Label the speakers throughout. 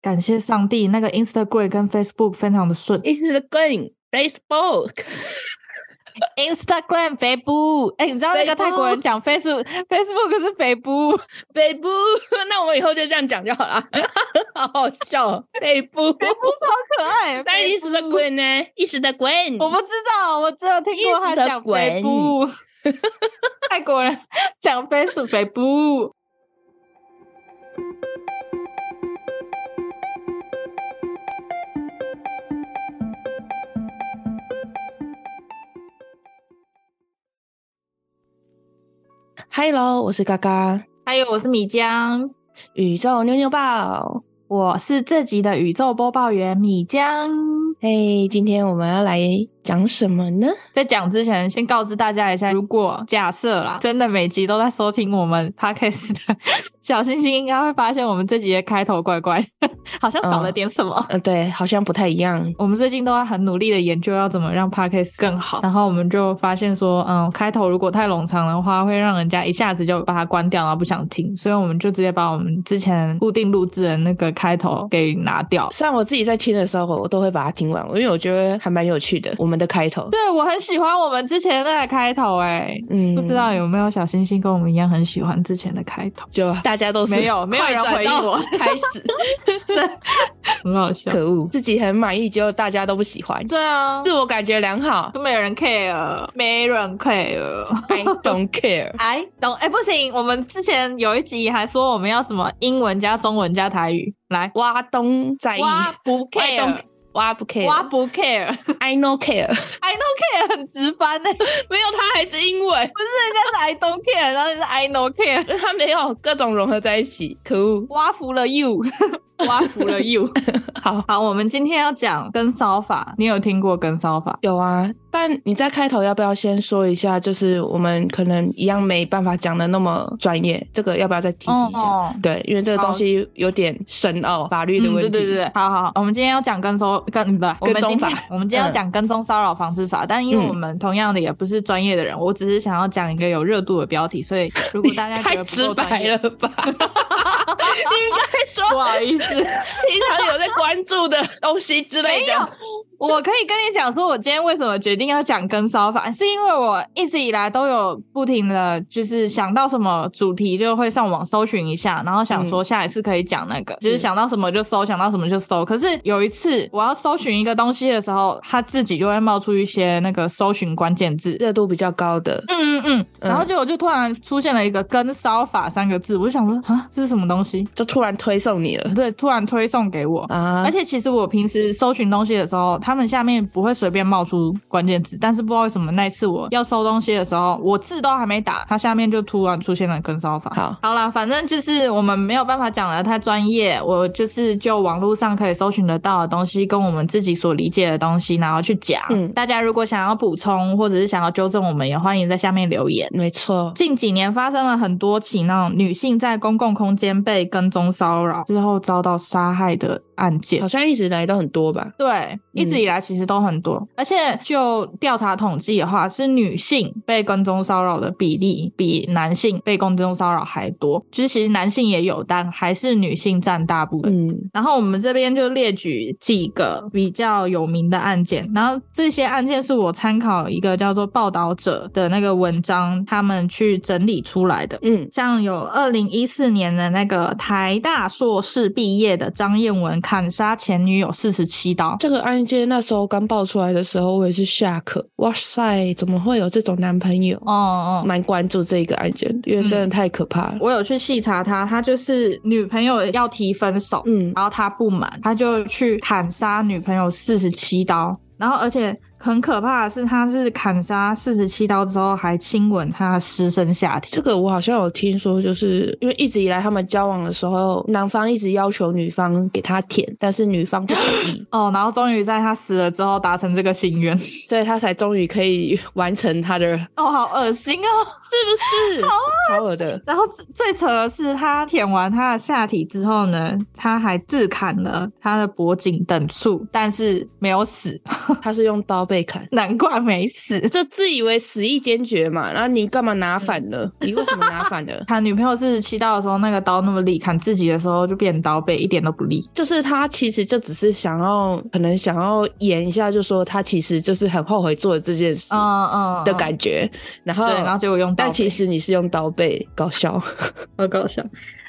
Speaker 1: 感谢上帝，那个 Instagram 跟 Facebook 非常的顺。
Speaker 2: Instagram、Facebook，
Speaker 1: Instagram 肥布，哎、你知道那个泰国人讲 Facebook Facebook 是肥布，
Speaker 2: 北部， 那我以后就这样讲就好了，
Speaker 1: 哎
Speaker 2: 好好笑哦，北部，
Speaker 1: 肥布超可爱。
Speaker 2: 但是
Speaker 1: 肥
Speaker 2: 一
Speaker 1: 布
Speaker 2: 时的滚呢，一时的滚，
Speaker 1: 我不知道，我只有听过他讲肥布。 泰国人讲 Facebook 肥布。
Speaker 2: Hello，我是嘎嘎，
Speaker 1: 还有，我是米江，
Speaker 2: 宇宙妞妞报。
Speaker 1: 我是这集的宇宙播报员米江。
Speaker 2: 嘿，今天我们要来讲什么呢？
Speaker 1: 在讲之前，先告知大家一下，如果假设啦，真的每集都在收听我们 podcast 的 小星星，应该会发现我们这集的开头怪怪的，好像少了
Speaker 2: 嗯
Speaker 1: 点什么。
Speaker 2: 嗯、对，好像不太一样。
Speaker 1: 我们最近都在很努力的研究要怎么让 podcast 更好，然后我们就发现说，嗯，开头如果太冗长的话，会让人家一下子就把它关掉，然后不想听，所以我们就直接把我们之前固定录制的那个开头给拿掉。
Speaker 2: 虽然我自己在听的时候，我都会把它听完，因为我觉得还蛮有趣的。我们的开头，
Speaker 1: 对我很喜欢我们之前的那个开头、哎、
Speaker 2: 嗯，
Speaker 1: 不知道有没有小星星跟我们一样很喜欢之前的开 头。
Speaker 2: 就大家都是
Speaker 1: 没有没有人回应我
Speaker 2: 快转到开 始，
Speaker 1: 很好笑。
Speaker 2: 可恶，自己很满意，结果大家都不喜欢，
Speaker 1: 对啊，
Speaker 2: 自我感觉良好
Speaker 1: 都没有人 care，没人 care。
Speaker 2: ，I don't care。
Speaker 1: 哎，懂哎，不行，我们之前有一集还说我们要什么英文加中文加台语，来，
Speaker 2: 挖东在意，
Speaker 1: 哇不
Speaker 2: I don't
Speaker 1: care，
Speaker 2: 挖不 care，
Speaker 1: 哇不 care，I
Speaker 2: I no care，
Speaker 1: don't care 很直翻 呢、不
Speaker 2: 没有他还是英文，
Speaker 1: 是人家是 I don't care，然后你是 I no care，
Speaker 2: 他没有各种融合在一起，可恶。
Speaker 1: 挖服了 you，挖服了 you。
Speaker 2: 好，
Speaker 1: 好，我们今天要讲跟骚法，你有听过跟骚法？
Speaker 2: 有啊，但你在开头要不要先说一下？就是我们可能一样没办法讲的那么专业，这个要不要再提醒一下？
Speaker 1: 哦哦
Speaker 2: 对，因为这个东西有点深奥，法律的问题。
Speaker 1: 嗯。对对对，对好好，好我们今天要讲跟骚跟不，我们今
Speaker 2: 踪
Speaker 1: 天
Speaker 2: 法
Speaker 1: 我们今天要
Speaker 2: 嗯
Speaker 1: 讲跟踪骚扰防治法，但因为
Speaker 2: 嗯
Speaker 1: 我们同样的也不是专业的人，我只是想要讲一个有热度的标题，所以如果大家觉
Speaker 2: 太
Speaker 1: 得不
Speaker 2: 直
Speaker 1: 够专
Speaker 2: 白
Speaker 1: 业
Speaker 2: 了，吧？你应 该说
Speaker 1: 不好意思，
Speaker 2: 平常有在关注的东西之类
Speaker 1: 没有
Speaker 2: 的。
Speaker 1: 我可以跟你讲说，我今天为什么决定要讲跟骚法，是因为我一直以来都有不停的，就是想到什么主题就会上网搜寻一下，然后想说下一次可以讲那个，嗯就是想到什么就搜，想到什么就搜。可是有一次我要搜寻一个东西的时候，它自己就会冒出一些那个搜寻关键字。
Speaker 2: 热度比较高的，
Speaker 1: 嗯嗯嗯，
Speaker 2: 嗯
Speaker 1: 然后结果就突然出现了一个“跟骚法”三个字，我就想说啊，这是什么东西？
Speaker 2: 就突然推送你了
Speaker 1: 对，突然推送给我，
Speaker 2: 啊！
Speaker 1: 而且其实我平时搜寻东西的时候，他们下面不会随便冒出关键字，但是不知道为什么那一次我要搜东西的时候，我字都还没打，它下面就突然出现了跟骚法。
Speaker 2: 好，
Speaker 1: 好啦，反正就是我们没有办法讲的太专业，我就是就网络上可以搜寻得到的东西，跟我们自己所理解的东西，然后去讲。
Speaker 2: 嗯
Speaker 1: 大家如果想要补充或者是想要纠正我们，也欢迎在下面留言。
Speaker 2: 没错，
Speaker 1: 近几年发生了很多起那种女性在公共空间被跟踪骚扰之后遭到杀害的案件
Speaker 2: 好，像一直以来都很多吧？
Speaker 1: 对，一直以来其实都很多，而且就调查统计的话，是女性被跟踪骚扰的比例比男性被跟踪骚扰还多。就是其实男性也有，但还是女性占大部分。
Speaker 2: 嗯，
Speaker 1: 然后我们这边就列举几个比较有名的案件，然后这些案件是我参考一个叫做《报道者》的那个文章，他们去整理出来的。
Speaker 2: 嗯，
Speaker 1: 像有二零一四年的那个台大硕士毕业的张燕文砍杀前女友四十七刀，
Speaker 2: 这个案件那时候刚爆出来的时候，我也是下课，哇塞，怎么会有这种男朋友？
Speaker 1: 哦哦。
Speaker 2: 蛮关注这个案件的，因为真的太可怕了。
Speaker 1: 我有去细查他，他就是女朋友要提分手，
Speaker 2: 嗯，
Speaker 1: 然后他不满，他就去砍杀女朋友四十七刀，然后而且很可怕的是，他是砍杀四十七刀之后还亲吻她湿身下体，
Speaker 2: 这。个我好像有听说，就是因为一直以来他们交往的时候，男方一直要求女方给他舔，但是女方不同 意
Speaker 1: 哦，然后终于在他死了之后达成这个心 愿，
Speaker 2: 所以他才终于可以完成他的，
Speaker 1: 哦，好恶心哦！
Speaker 2: 是不是？ 超恶的，
Speaker 1: 然后最最扯的是，他舔完他的下体之后呢，他还自砍了他的脖颈等处，但是没有死，
Speaker 2: 他是用刀被砍。
Speaker 1: 难怪没死。？
Speaker 2: 这自以为死意坚决嘛，然后你干嘛拿反了？你为什么拿反了
Speaker 1: 砍女朋友四十七刀的时候，那个刀那么利；砍自己的时候就变刀背，一点都不利。
Speaker 2: 就是他其实就只是想要，可能想要演一下，就说他其实就是很后悔做的这件事
Speaker 1: 嗯嗯
Speaker 2: 的感觉，然后
Speaker 1: 对，然后结果用刀背，
Speaker 2: 但其实你是用刀背搞笑，
Speaker 1: 好搞笑。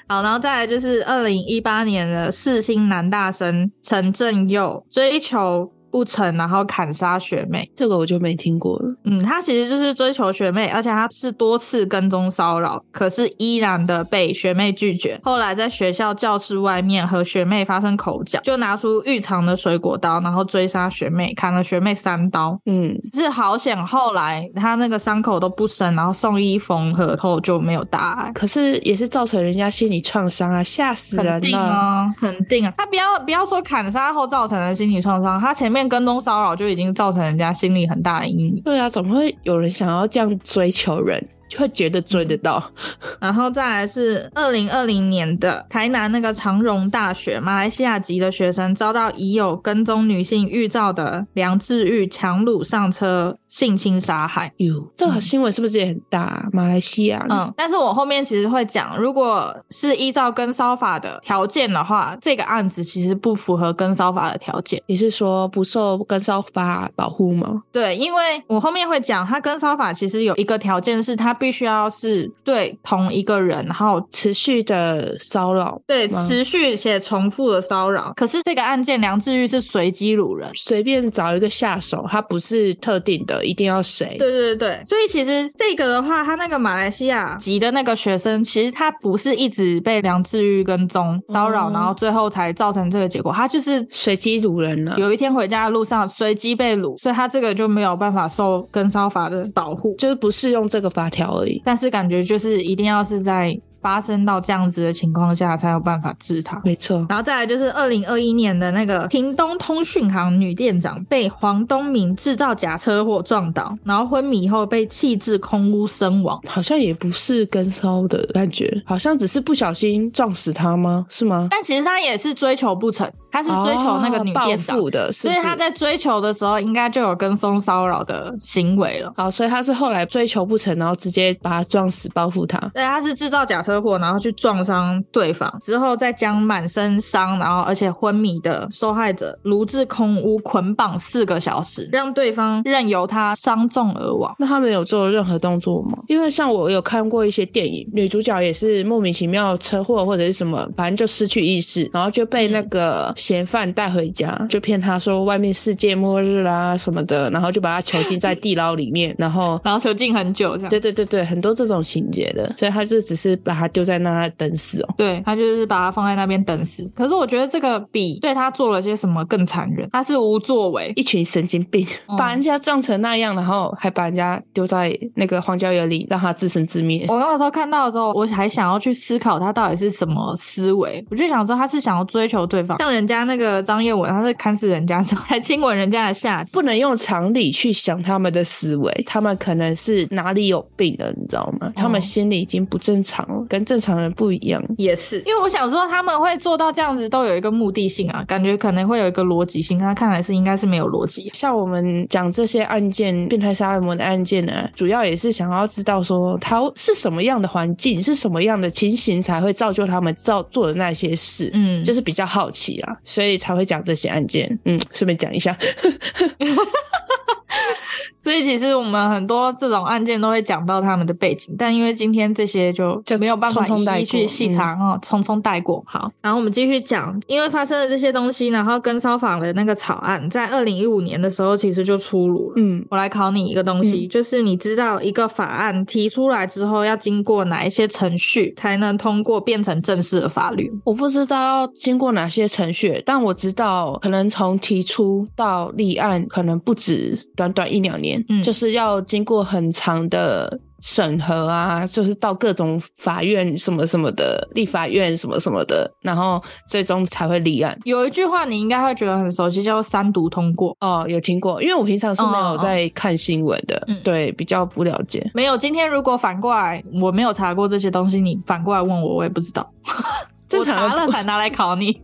Speaker 1: 好，然后再来就是二零一八年的世新男大生陈正佑追求不成，然后砍杀学妹。
Speaker 2: 这个我就没听过了。
Speaker 1: 嗯，他其实就是追求学妹，而且他是多次跟踪骚扰，可是依然的被学妹拒绝。后来在学校教室外面和学妹发生口角，就拿出浴藏的水果刀，然后追杀学妹，砍了学妹三刀。
Speaker 2: 嗯，
Speaker 1: 只是好险，后来他那个伤口都不深，然后送医缝合后就没有大碍。
Speaker 2: 可是也是造成人家心理创伤啊，吓死
Speaker 1: 肯
Speaker 2: 人
Speaker 1: 定
Speaker 2: 了。
Speaker 1: 啊，肯定啊！他不要不要说砍杀后造成的心理创伤，他前面跟踪骚扰就已经造成人家心理很大的阴影。
Speaker 2: 对啊，怎么会有人想要这样追求人？就会觉得追得到，
Speaker 1: 然后再来是二零二零年的台南那个长荣大学马来西亚籍的学生遭到已有跟踪女性预兆的梁志玉强掳上车性侵杀害。
Speaker 2: 哟、这个新闻是不是也很大、啊？马来西亚，
Speaker 1: 嗯，但是我后面其实会讲，如果是依照跟骚法的条件的话，这个案子其实不符合跟骚法的条件。
Speaker 2: 你是说不受跟骚法保护吗？
Speaker 1: 对，因为我后面会讲，它跟骚法其实有一个条件是，它必须要是对同一个人，然后
Speaker 2: 持续的骚扰，
Speaker 1: 对
Speaker 2: 吗
Speaker 1: 持续且重复的骚扰。嗯可是这个案件，梁志玉是随机掳人。
Speaker 2: 随便找一个下手，他不是特定的，一定要谁？
Speaker 1: 对对对，所以其实这个的话，他那个马来西亚籍的那个学生，其实他不是一直被梁志玉跟踪骚扰，
Speaker 2: 嗯
Speaker 1: 然后最后才造成这个结果，他就是。
Speaker 2: 随机掳人了，
Speaker 1: 有一天回家的路上随机被掳，所以他这个就没有办法受跟骚法的保护。
Speaker 2: 就是不适用这个法条而已。
Speaker 1: 但是感觉就是一定要是在发生到这样子的情况下才有办法治它。
Speaker 2: 没错，
Speaker 1: 然后再来就是二零二一年的那个屏东通讯行女店长被黄东明制造假车祸撞倒，然后昏迷后被弃置空屋身亡。
Speaker 2: 好像也不是跟骚的感觉，好像只是不小心撞死他吗？是吗？
Speaker 1: 但其实他也是追求不成，他是追求那个女店长，
Speaker 2: 哦报复的，是
Speaker 1: 所以
Speaker 2: 不是
Speaker 1: 他在追求的时候应该就有跟踪骚扰的行为了。
Speaker 2: 好，所以他是后来追求不成，然后直接把他撞死，报复他。
Speaker 1: 对，他是制造假车祸，然后去撞伤对方，之后再将满身伤，然后而且昏迷的受害者卢至空屋捆绑四个小时，让对方任由他伤重而亡。
Speaker 2: 那他们有做任何动作吗？因为像我有看过一些电影，女主角也是莫名其妙车祸或者是什么，反正就失去意识，然后就被那个嫌犯带回家，就骗他说外面世界末日啦、什么的，然后就把他囚禁在地牢里面，然后。
Speaker 1: 然后囚禁很久，这样
Speaker 2: 对对对对，很多这种情节的，所以他就只是把他丢在那等死哦。
Speaker 1: 对他就是把他放在那边等死。可是我觉得这个比对他做了些什么更残忍，他是无作为。
Speaker 2: 一群神经病，
Speaker 1: 嗯
Speaker 2: 把人家撞成那样，然后还把人家丢在那个荒郊野岭，让他自生自灭。
Speaker 1: 我那个时候看到的时候，我还想要去思考他到底是什么思维，我就想说他是想要追求对方，像人家那个张叶文，他是砍死人家，还亲吻人家的下体。
Speaker 2: 不能用常理去想他们的思维，他们可能是哪里有病了，你知道吗？他们心理已经不正常了，跟正常人不一样。
Speaker 1: 也是，因为我想说他们会做到这样子，都有一个目的性啊，感觉可能会有一个逻辑性。他看来是应该是没有逻辑。
Speaker 2: 像我们讲这些案件，变态杀人魔的案件呢，主要也是想要知道说他是什么样的环境，是什么样的情形才会造就他们造做的那些事。
Speaker 1: 嗯，
Speaker 2: 就
Speaker 1: 就是
Speaker 2: 比较好奇啊，所以才会讲这些案件。嗯，顺便讲一下，
Speaker 1: 所以其实我们很多这种案件都会讲到他们的背景，但因为今天这些就
Speaker 2: 就
Speaker 1: 没有办法
Speaker 2: 匆匆带
Speaker 1: 一一
Speaker 2: 过
Speaker 1: 去细查哦，匆匆带过。好，然后我们继续讲，因为发生了这些东西，然后跟骚法的那个草案，在二零一五年的时候其实就出炉了。
Speaker 2: 嗯，
Speaker 1: 我来考你一个东西，就是你知道一个法案提出来之后要经过哪一些程序才能通过变成正式的法律？
Speaker 2: 我不知道要经过哪些程序，但我知道可能从提出到立案，可能不止短短一两年，
Speaker 1: 嗯
Speaker 2: 就是要经过很长的。审核啊，就是到各种法院什么什么的，立法院什么什么的，然后最终才会立案。
Speaker 1: 有一句话你应该会觉得很熟悉，叫做“三读通过
Speaker 2: 哦，有听过，因为我平常是没
Speaker 1: 哦哦
Speaker 2: 有
Speaker 1: 哦
Speaker 2: 在看新闻的，
Speaker 1: 嗯
Speaker 2: 对，比较不了解”。。
Speaker 1: 没有，今天如果反过来我没有查过这些东西，你反过来问我，我也不知道。
Speaker 2: 正
Speaker 1: 我
Speaker 2: 常
Speaker 1: 查
Speaker 2: 的
Speaker 1: 了才拿来考你。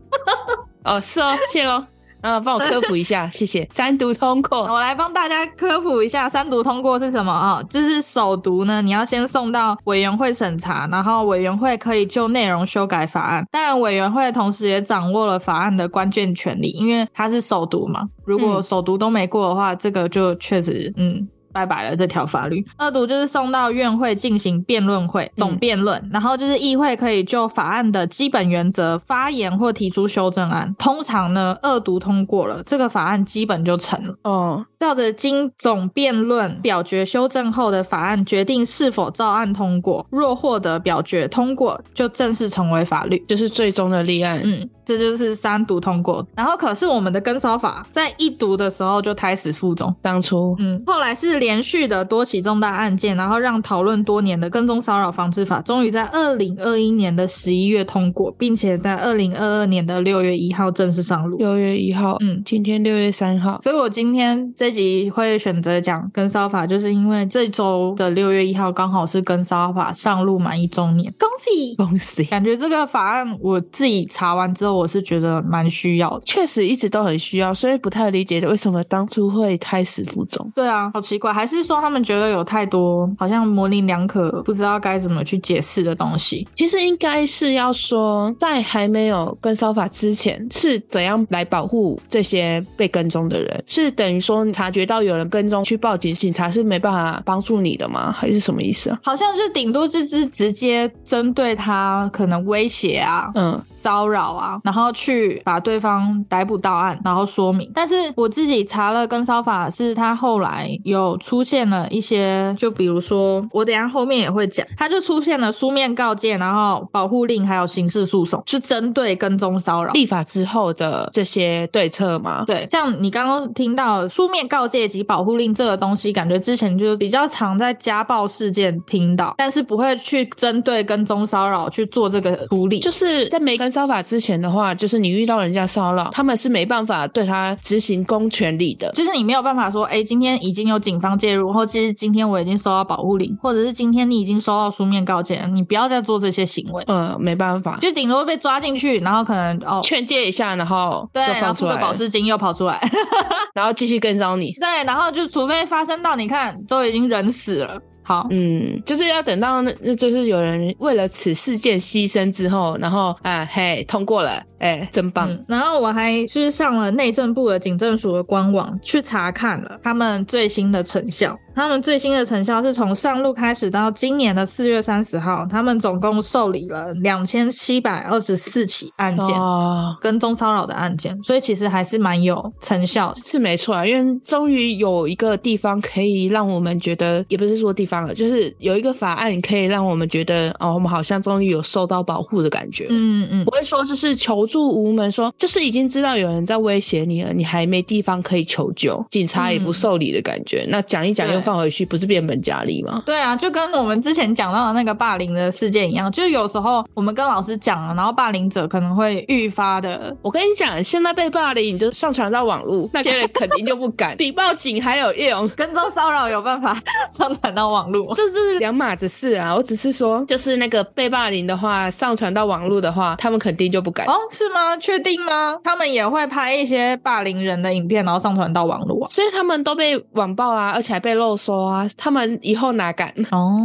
Speaker 2: 哦，是哦，谢喽。啊，帮我科普一下，谢谢。三读 通过，
Speaker 1: 我来帮大家科普一下，三读通过是什么啊、哦？就是首读呢，你要先送到委员会审查，然后委员会可以就内容修改法案。当然，委员会同时也掌握了法案的关键权利，因为它是首读嘛。如果首读都没过的话，这个就确实，嗯。拜拜了这条法律。二读就是送到院会进行辩论会，总辩论，然后就是议会可以就法案的基本原则发言或提出修正案。通常呢，二读通过了，这个法案基本就成了。
Speaker 2: 哦，
Speaker 1: 照着经总辩论表决修正后的法案，决定是否照案通过。若获得表决通过，就正式成为法律。
Speaker 2: 就是最终的立案。
Speaker 1: 嗯，这就是三读通过。然后可是我们的跟骚法在一读的时候就开始附中，
Speaker 2: 当初
Speaker 1: 嗯，后来是连续的多起重大案件，然后让讨论多年的跟踪骚扰防治法终于在二零二一年的十一月通过，并且在二零二二年的六月一号正式上路。
Speaker 2: 六月一号，
Speaker 1: 嗯
Speaker 2: 今天六月三号，
Speaker 1: 所以我今天这集会选择讲跟骚法，就是因为这周的六月一号刚好是跟骚法上路满一周年，恭喜！
Speaker 2: 恭喜！
Speaker 1: 感觉这个法案我自己查完之后，我是觉得蛮需要的。
Speaker 2: 确实一直都很需要，所以不太理解为什么当初会胎死腹中。
Speaker 1: 对啊，好奇怪，还是说他们觉得有太多好像模棱两可，不知道该怎么去解释的东西？
Speaker 2: 其实应该是要说，在还没有跟骚法之前，是怎样来保护这些被跟踪的人？是等于说察觉到有人跟踪去报警，警察是没办法帮助你的吗？还是什么意思啊？
Speaker 1: 好像是顶多就是直接针对他可能威胁啊，
Speaker 2: 嗯，
Speaker 1: 骚扰啊，然后去把对方逮捕到案，然后说明。但是我自己查了跟骚法，是他后来有出现了一些，就比如说我等一下后面也会讲，他就出现了书面告诫，然后保护令，还有刑事诉讼，是针对跟踪骚扰。
Speaker 2: 立法之后的这些对策吗？
Speaker 1: 对，像你刚刚听到书面告诫及保护令这个东西，感觉之前就是比较常在家暴事件听到，但是不会去针对跟踪骚扰去做这个处理。
Speaker 2: 就是在没跟骚法之前的话，就是你遇到人家骚扰，他们是没办法对他执行公权力的。
Speaker 1: 就是你没有办法说，哎、今天已经有警方介入，或者是今天我已经收到保护令，或者是今天你已经收到书面告诫了，你不要再做这些行为，
Speaker 2: 呃，没办法，
Speaker 1: 就顶多被抓进去，然后可能哦。
Speaker 2: 劝诫一下，然后
Speaker 1: 对，
Speaker 2: 就
Speaker 1: 然后
Speaker 2: 放
Speaker 1: 付
Speaker 2: 出
Speaker 1: 个
Speaker 2: 来
Speaker 1: 保
Speaker 2: 了，
Speaker 1: 释金又跑出来，
Speaker 2: 然后继续跟骚你。
Speaker 1: 对，然后就除非发生到你看都已经人死了，好，
Speaker 2: 嗯，就是要等到那，那就是有人为了此事件牺牲之后，然后啊嘿通过了，哎、真棒。
Speaker 1: 嗯，然后我还就是上了内政部的警政署的官网去查看了他们最新的成效。他们最新的成效是从上路开始到今年的四月三十号，他们总共受理了两千七百二十四起案件。
Speaker 2: 哦，
Speaker 1: 跟踪骚扰的案件，所以其实还是蛮有成效的。
Speaker 2: 是没错啊，因为终于有一个地方可以让我们觉得，也不是说地方了，就是有一个法案可以让我们觉得，哦，我们好像终于有受到保护的感觉。
Speaker 1: 嗯嗯
Speaker 2: 不，会说就是求助无门说，就是已经知道有人在威胁你了，你还没地方可以求救，警察也不
Speaker 1: 嗯
Speaker 2: 受理的感觉。那讲一讲又
Speaker 1: 对
Speaker 2: 放回去，不是变本加厉吗？
Speaker 1: 对啊，就跟我们之前讲到的那个霸凌的事件一样，就是有时候我们跟老师讲了，然后霸凌者可能会愈发的。
Speaker 2: 我跟你讲，现在被霸凌，你就上传到网络，那些人肯定就不 敢，比报警还有用。
Speaker 1: 跟踪骚扰有办法 上传到网络，
Speaker 2: 这是两码子事啊！我只是说，就是那个被霸凌的话，上传到网络的话，他们肯定就不敢。
Speaker 1: 哦，是吗？确定吗？他们也会拍一些霸凌人的影片，然后上传到网络啊。
Speaker 2: 所以他们都被网暴啊，而且还被漏收啊，他们以后哪敢？
Speaker 1: 哦，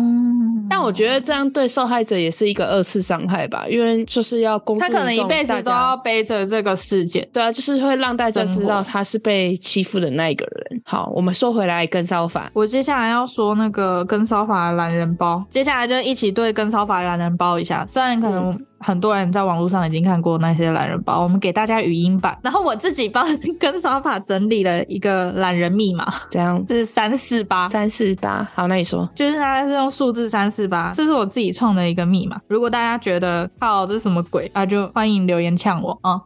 Speaker 2: 但我觉得这样对受害者也是一个二次伤害吧，因为就是要公诸
Speaker 1: 他
Speaker 2: 于众
Speaker 1: 可能一辈子都。
Speaker 2: 大
Speaker 1: 要
Speaker 2: 家
Speaker 1: 背着这个事件。
Speaker 2: 对啊，就是会让大家知道
Speaker 1: 生活
Speaker 2: 他是被欺负的那一个人。好，我们说回来跟骚法，
Speaker 1: 我接下来要说那个跟骚法的懒人包，接下来就一起对跟骚法的懒人包一下。虽然可能很多人在网络上已经看过那些懒人包，我们给大家语音版，然后我自己帮 跟骚法整理了一个懒人密码，
Speaker 2: 怎样？
Speaker 1: 是三四八。
Speaker 2: 三四八，好，那你说，
Speaker 1: 就是它是用数字三四八，这是我自己创的一个密码。如果大家觉得靠这是什么鬼啊，就欢迎留言呛我啊！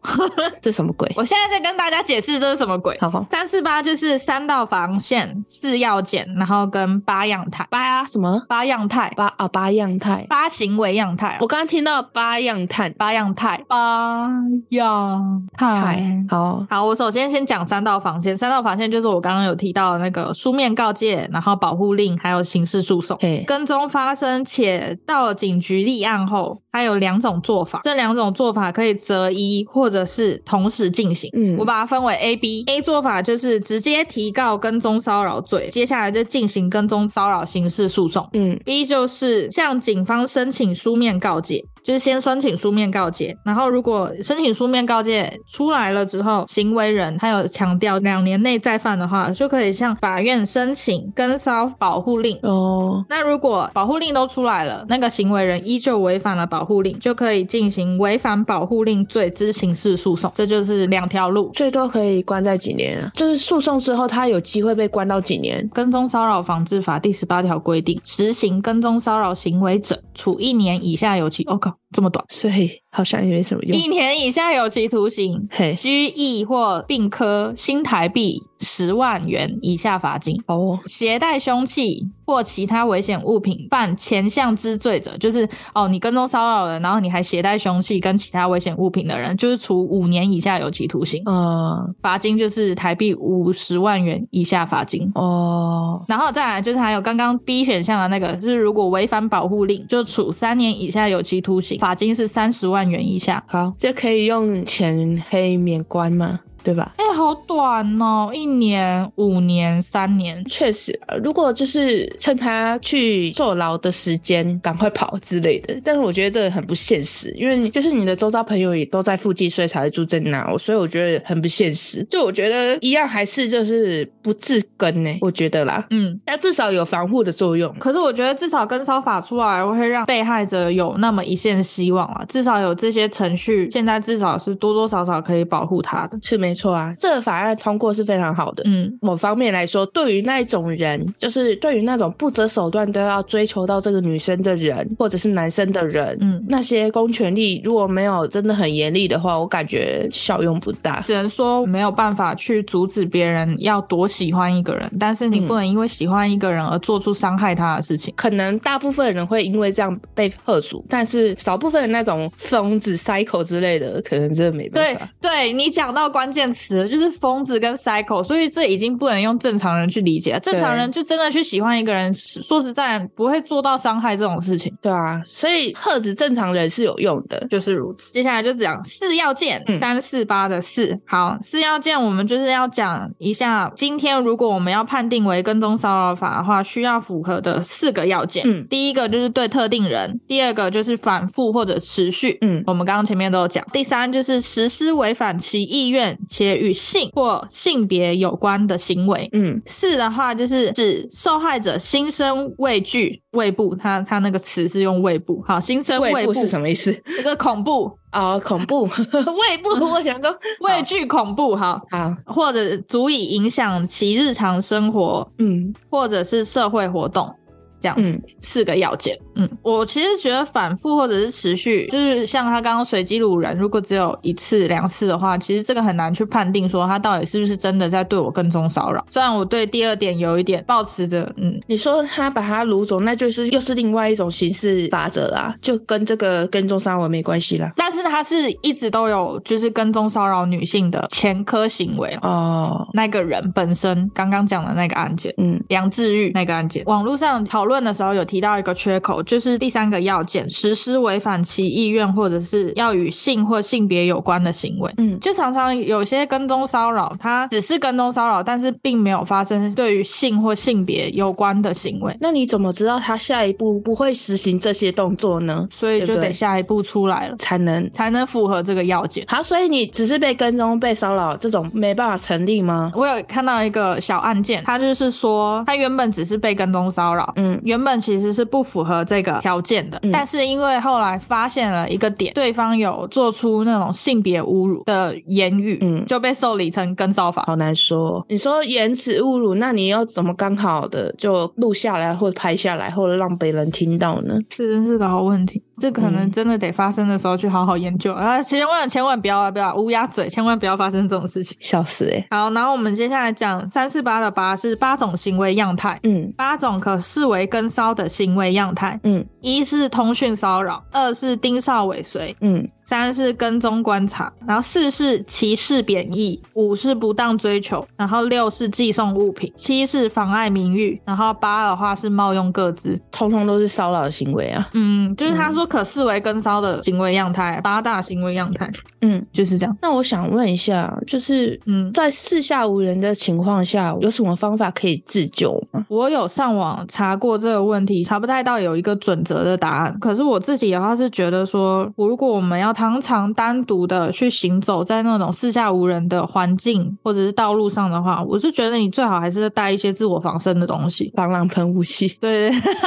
Speaker 2: 这什么鬼？
Speaker 1: 我现在在跟大家解释这是什么鬼。
Speaker 2: 好，
Speaker 1: 三四八就是三道防线、四要件，然后跟八样态、
Speaker 2: 八什么
Speaker 1: 八样态、
Speaker 2: 八啊？八样态。
Speaker 1: 八行为样态啊、
Speaker 2: 我刚刚听到八样炭
Speaker 1: 八样态，八样态。
Speaker 2: 好，
Speaker 1: 好，我首先先讲三道防线。三道防线就是我刚刚有提到的那个书面告诫，然后保护令，还有刑事诉讼。
Speaker 2: 嘿，
Speaker 1: 跟踪发生且到警局立案后，它有两种做法，这两种做法可以择一或者是同时进行。
Speaker 2: 嗯
Speaker 1: 我把它分为 A、B。A 做法就是直接提告跟踪骚扰罪，接下来就进行跟踪骚扰刑事诉讼。
Speaker 2: 嗯
Speaker 1: B 就是向警方申请书面告诫，就是先申请书面告诫，然后如果申请书面告诫出来了之后，行为人他有强调两年内再犯的话，就可以向法院申请跟骚保护令。
Speaker 2: 哦，
Speaker 1: 那如果保护令都出来了，那个行为人依旧违反了保护令，就可以进行违反保护令罪之刑事诉讼。这就是两条路。
Speaker 2: 最多可以关在几年啊？就是诉讼之后，他有机会被关到几年？
Speaker 1: 跟踪骚扰防治法第十八条规定，实行跟踪骚扰行为者，处一年以下有期。我、靠，这么短。
Speaker 2: 所以好像也没什么用。
Speaker 1: 一年以下有期徒刑、
Speaker 2: 嘿，
Speaker 1: 拘役或并科新台币十万元以下罚金。
Speaker 2: 哦，
Speaker 1: 携带凶器或其他危险物品犯前项之罪者，就是哦，你跟踪骚扰人，然后你还携带凶器跟其他危险物品的人，就是处五年以下有期徒刑，
Speaker 2: 嗯，
Speaker 1: 罚金就是台币五十万元以下罚金。
Speaker 2: 哦，
Speaker 1: 然后再来就是还有刚刚 B 选项的那个，就是如果违反保护令，就处三年以下有期徒刑，罚金是三十万元以下。
Speaker 2: 好，这可以用钱可以免关吗？对吧？
Speaker 1: 哎、好短哦，一年、五年、三年，
Speaker 2: 确实，呃如果就是趁他去坐牢的时间赶快跑之类的，但是我觉得这个很不现实，因为你就是你的周遭朋友也都在附近，所以才会住在那，所以我觉得很不现实。就我觉得一样还是就是不治根呢、我觉得啦，
Speaker 1: 嗯。
Speaker 2: 那至少有防护的作用。
Speaker 1: 可是我觉得至少跟骚法出来，会让被害者有那么一线希望啊，至少有这些程序，现在至少是多多少少可以保护他的。
Speaker 2: 是没错啊，这个法案通过是非常好的。
Speaker 1: 嗯，
Speaker 2: 某方面来说，对于那一种人，就是对于那种不择手段都要追求到这个女生的人，或者是男生的人，
Speaker 1: 嗯
Speaker 2: 那些公权力如果没有真的很严厉的话，我感觉效用不大。
Speaker 1: 只能说没有办法去阻止别人要多喜欢一个人，但是你
Speaker 2: 嗯
Speaker 1: 不能因为喜欢一个人而做出伤害他的事情。
Speaker 2: 可能大部分人会因为这样被喝阻，但是少部分的那种疯子、psycho 之类的，可能真的没办
Speaker 1: 对
Speaker 2: 法。
Speaker 1: 对，你讲到关键词了，就是疯子跟 psycho，所以这已经不能用正常人去理解了。正常人就真的去喜欢一个人，说实在不会做到伤害这种事情，
Speaker 2: 对啊，所以喝止正常人是有用的。
Speaker 1: 就是如此。接下来就讲四要件，
Speaker 2: 嗯
Speaker 1: 三四八的四。好，四要件我们就是要讲一下，今天如果我们要判定为跟踪骚扰法的话，需要符合的四个要件。
Speaker 2: 嗯
Speaker 1: 第一个就是对特定人，第二个就是反复或者持续，
Speaker 2: 嗯，
Speaker 1: 我们刚刚前面都有讲。第三就是实施违反其意愿且与性或性别有关的行为。
Speaker 2: 嗯，
Speaker 1: 四的话就是指受害者心生畏惧，畏怖，他他那个词是用畏怖，好，心生
Speaker 2: 畏
Speaker 1: 畏
Speaker 2: 怖是什
Speaker 1: 么？
Speaker 2: 么意思？
Speaker 1: 这个恐怖、
Speaker 2: 哦，恐 怖，畏怖。我想说，
Speaker 1: 畏惧、恐怖，好，
Speaker 2: 好，
Speaker 1: 或者足以影响其日常生活
Speaker 2: 嗯
Speaker 1: 或者是社会活动，这样子。
Speaker 2: 嗯，
Speaker 1: 四个要件。嗯，我其实觉得反复或者是持续，就是像他刚刚随机掳人，如果只有一次两次的话，其实这个很难去判定说他到底是不是真的在对我跟踪骚扰。虽然我对第二点有一点抱持着，嗯，
Speaker 2: 你说他把他掳走，那就是又是另外一种刑事法则啦，就跟这个跟踪杀人没关系啦。
Speaker 1: 但是他是一直都有就是跟踪骚扰女性的前科行为。
Speaker 2: 哦，
Speaker 1: 那个人本身刚刚讲的那个案件，
Speaker 2: 嗯
Speaker 1: 梁志玉那个案件，网络上讨论的时候有提到一个缺口，就是第三个要件，实施违反其意愿或者是要与性或性别有关的行为。
Speaker 2: 嗯，
Speaker 1: 就常常有些跟踪骚扰，它只是跟踪骚扰，但是并没有发生对于性或性别有关的行为，
Speaker 2: 那你怎么知道他下一步不会实行这些动作呢？
Speaker 1: 所以
Speaker 2: 对
Speaker 1: 就
Speaker 2: 不对
Speaker 1: 得下一步出来了，
Speaker 2: 才能
Speaker 1: 才能符合这个要件。
Speaker 2: 好，所以你只是被跟踪、被骚扰这种没办法成立吗？
Speaker 1: 我有看到一个小案件，他就是说，他原本只是被跟踪骚扰，
Speaker 2: 嗯
Speaker 1: 原本其实是不符合这个条件的，
Speaker 2: 嗯
Speaker 1: 但是因为后来发现了一个点，对方有做出那种性别侮辱的言语，
Speaker 2: 嗯
Speaker 1: 就被受理成跟骚法。
Speaker 2: 好难说哦。你说言辞侮辱，那你要怎么刚好的就录下来，或者拍下来，或者让别人听到呢？
Speaker 1: 这真是个好问题。这可
Speaker 2: 嗯
Speaker 1: 能真的得发生的时候去好好研究，啊、千万千万不要啊不要乌鸦嘴，千万不要发生这种事情。
Speaker 2: 笑死哎、欸！
Speaker 1: 好，然后我们接下来讲三四八的八是八种行为样态，
Speaker 2: 嗯
Speaker 1: 八种可视为跟骚的行为样态：
Speaker 2: 嗯
Speaker 1: 一是通讯骚扰，二是盯梢尾随，
Speaker 2: 嗯，
Speaker 1: 三是跟踪观察，然后四是歧视贬义，五是不当追求，然后六是寄送物品，七是妨碍名誉，然后八的话是冒用各自。
Speaker 2: 通通都是骚扰的行为啊。
Speaker 1: 嗯，就是他说可视为跟骚的行为样态，八大行为样态
Speaker 2: 嗯，
Speaker 1: 就是这样。
Speaker 2: 那我想问一下，就是
Speaker 1: 嗯，
Speaker 2: 在四下无人的情况下，有什么方法可以自救吗？
Speaker 1: 我有上网查过这个问题，查不太到有一个准则的答案。可是我自己的话是觉得说，如果我们要常常单独的去行走在那种四下无人的环境或者是道路上的话，我是觉得你最好还是带一些自我防身的东西。
Speaker 2: 防狼喷雾器、
Speaker 1: 对，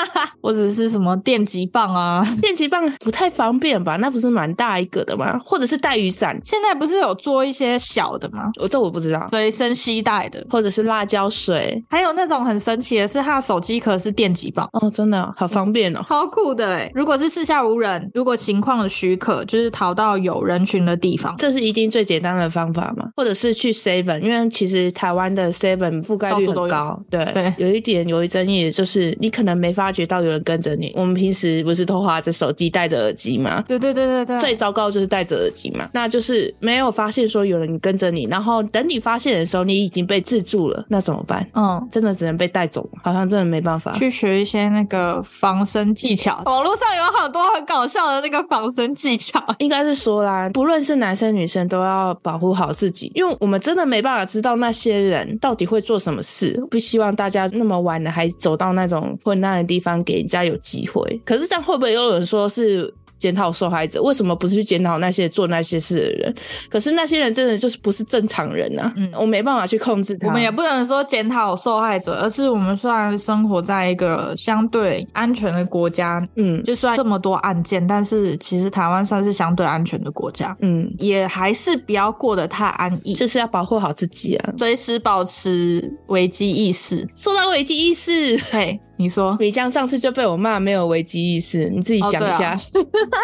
Speaker 1: 或者是什么电击棒啊。
Speaker 2: 电击棒不太方便吧？那不是蛮大一个的吗？或者是带雨伞？
Speaker 1: 现在不是有做一些小的吗？
Speaker 2: 我这我不知道。
Speaker 1: 随身携带的，
Speaker 2: 或者是辣椒水
Speaker 1: 还有那种很神奇的是，它的手机壳是电击棒。
Speaker 2: 哦，真的哦好方便哦。
Speaker 1: 超酷的哎、如果是四下无人，如果情况许可，就是逃到有人群的地方，
Speaker 2: 这是一定最简单的方法嘛？或者是去 Seven，因为其实台湾的 Seven 覆盖率
Speaker 1: 到处都
Speaker 2: 很
Speaker 1: 有
Speaker 2: 高。对，
Speaker 1: 对
Speaker 2: 有一点有一争议，就是你可能没发觉到有人跟着你。我们平时不是都花着手机戴着耳机吗？
Speaker 1: 对对对对对，
Speaker 2: 最糟糕就是戴着耳机嘛，那就是没有发现说有人跟着你，然后等你发现的时候，你已经被制住了，那怎么办？
Speaker 1: 嗯。
Speaker 2: 真的只能被带走，好像真的没办法。
Speaker 1: 去学一些那个防身技巧，网络上有很多很搞笑的那个防身技巧。
Speaker 2: 应该是说啦，不论是男生女生都要保护好自己，因为我们真的没办法知道那些人到底会做什么事。不希望大家那么晚了还走到那种混乱的地方，给人家有机会。可是这样会不会有人说是检讨受害者？为什么不是去检讨那些做那些事的人？可是那些人真的就是不是正常人啊！
Speaker 1: 嗯
Speaker 2: 我没办法去控制他。
Speaker 1: 我们也不能说检讨受害者，而是我们虽然生活在一个相对安全的国家，
Speaker 2: 嗯
Speaker 1: 就算这么多案件，但是其实台湾算是相对安全的国家，
Speaker 2: 嗯，
Speaker 1: 也还是不要过得太安逸，
Speaker 2: 就是要保护好自己啊！
Speaker 1: 随时保持危机意识。
Speaker 2: 说到危机意识，
Speaker 1: 嘿，你说
Speaker 2: 米江上次就被我骂没有危机意识，你自己
Speaker 1: 哦
Speaker 2: 讲
Speaker 1: 对
Speaker 2: 一
Speaker 1: 啊
Speaker 2: 下。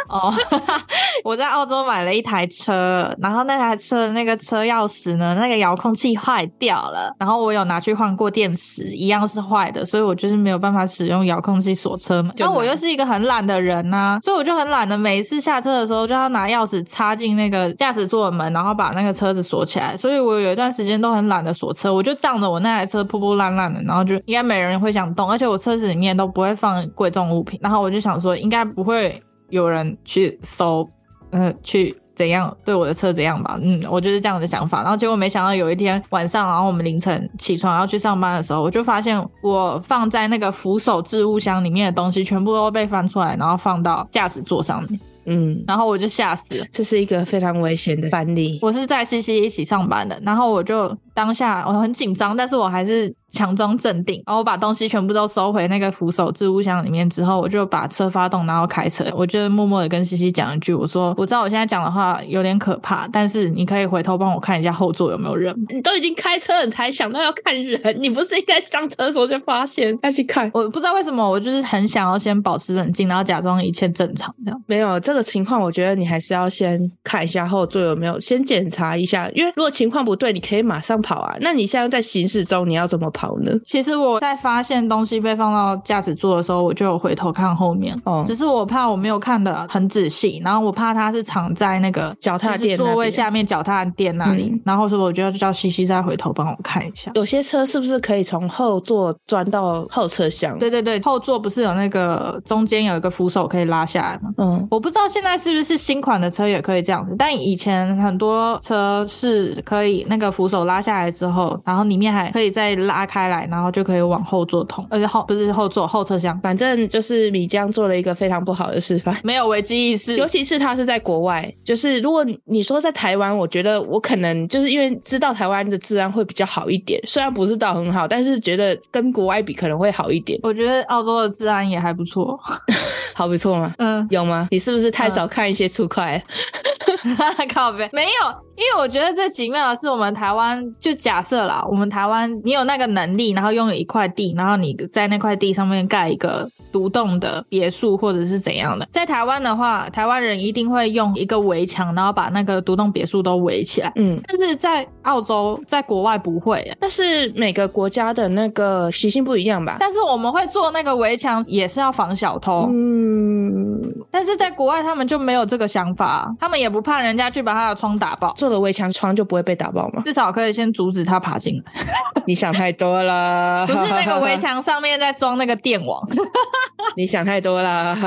Speaker 1: 哦， 我在澳洲买了一台车，然后那台车的那个车钥匙呢，那个遥控器坏掉了，然后我有拿去换过电池，一样是坏的，所以我就是没有办法使用遥控器锁车门。
Speaker 2: 就
Speaker 1: 那我
Speaker 2: 拿
Speaker 1: 又是一个很懒的人呐、所以我就很懒的，每一次下车的时候就要拿钥匙插进那个驾驶座的门，然后把那个车子锁起来。所以我有一段时间都很懒得锁车，我就仗着我那台车破破烂烂的，然后就应该没人会想动，而且我车子里面都不会放贵重物品，然后我就想说应该不会有人去搜，呃，去怎样对我的车怎样吧，嗯，我就是这样的想法。然后结果没想到有一天晚上，然后我们凌晨起床要去上班的时候，我就发现我放在那个扶手置物箱里面的东西全部都被翻出来，然后放到驾驶座上面，
Speaker 2: 嗯，
Speaker 1: 然后我就吓死了。
Speaker 2: 这是一个非常危险的范例。
Speaker 1: 我是在 CC 一起上班的，然后我就当下我很紧张，但是我还是强装镇定，然后我把东西全部都收回那个扶手置物箱里面之后，我就把车发动，然后开车。我就默默的跟 CC 讲一句，我说我知道我现在讲的话有点可怕，但是你可以回头帮我看一下后座有没有人。
Speaker 2: 你都已经开车了，你才想到要看人，你不是应该上车的时候就发现要去看？
Speaker 1: 我不知道为什么，我就是很想要先保持冷静，然后假装一切正常这样。
Speaker 2: 没有这个情况，我觉得你还是要先看一下后座有没有，先检查一下，因为如果情况不对，你可以马上跑啊。那你现在在行驶中，你要怎么跑呢？
Speaker 1: 其实我在发现东西被放到驾驶座的时候，我就有回头看后面，
Speaker 2: 哦
Speaker 1: 只是我怕我没有看的很仔细，然后我怕它是藏在那个
Speaker 2: 脚踏垫那边
Speaker 1: 就是座位下面脚踏垫那里，
Speaker 2: 嗯
Speaker 1: 然后所以我就要叫西西再回头帮我看一下。
Speaker 2: 有些车是不是可以从后座钻到后车厢？，
Speaker 1: 对对对，后座不是有那个中间有一个扶手可以拉下来吗？
Speaker 2: 嗯，
Speaker 1: 我不知道现在是不是新款的车也可以这样子，但以前很多车是可以那个扶手拉下来之后，然后里面还可以再拉开来，然后就可以往后座通，而且后不是后座后车厢。
Speaker 2: 反正就是米江做了一个非常不好的示范。
Speaker 1: 没有危机意识，
Speaker 2: 尤其是他是在国外，就是如果你你说在台湾，我觉得我可能就是因为知道台湾的治安会比较好一点，虽然不是到很好，但是觉得跟国外比可能会好一点，
Speaker 1: 我觉得澳洲的治安也还不错。
Speaker 2: 好不错吗？
Speaker 1: 嗯，
Speaker 2: 有吗？你是不是太少看一些粗快？ 啊
Speaker 1: 靠背没有，因为我觉得最奇妙的是，我们台湾就假设啦，我们台湾你有那个能力，然后拥有一块地，然后你在那块地上面盖一个独栋的别墅或者是怎样的。在台湾的话，台湾人一定会用一个围墙，然后把那个独栋别墅都围起来。
Speaker 2: 嗯，
Speaker 1: 但是在澳洲，在国外不会耶，
Speaker 2: 但是每个国家的那个习性不一样吧？
Speaker 1: 但是我们会做那个围墙，也是要防小偷。
Speaker 2: 嗯，
Speaker 1: 但是在国外，他们就没有这个想法，他们也不怕人家去把他的窗打爆，
Speaker 2: 做了围墙窗就不会被打爆吗？
Speaker 1: 至少可以先阻止他爬进 来。
Speaker 2: 你想太多了，
Speaker 1: 不是那个围，墙上面在装那个电网，
Speaker 2: 你想太多了。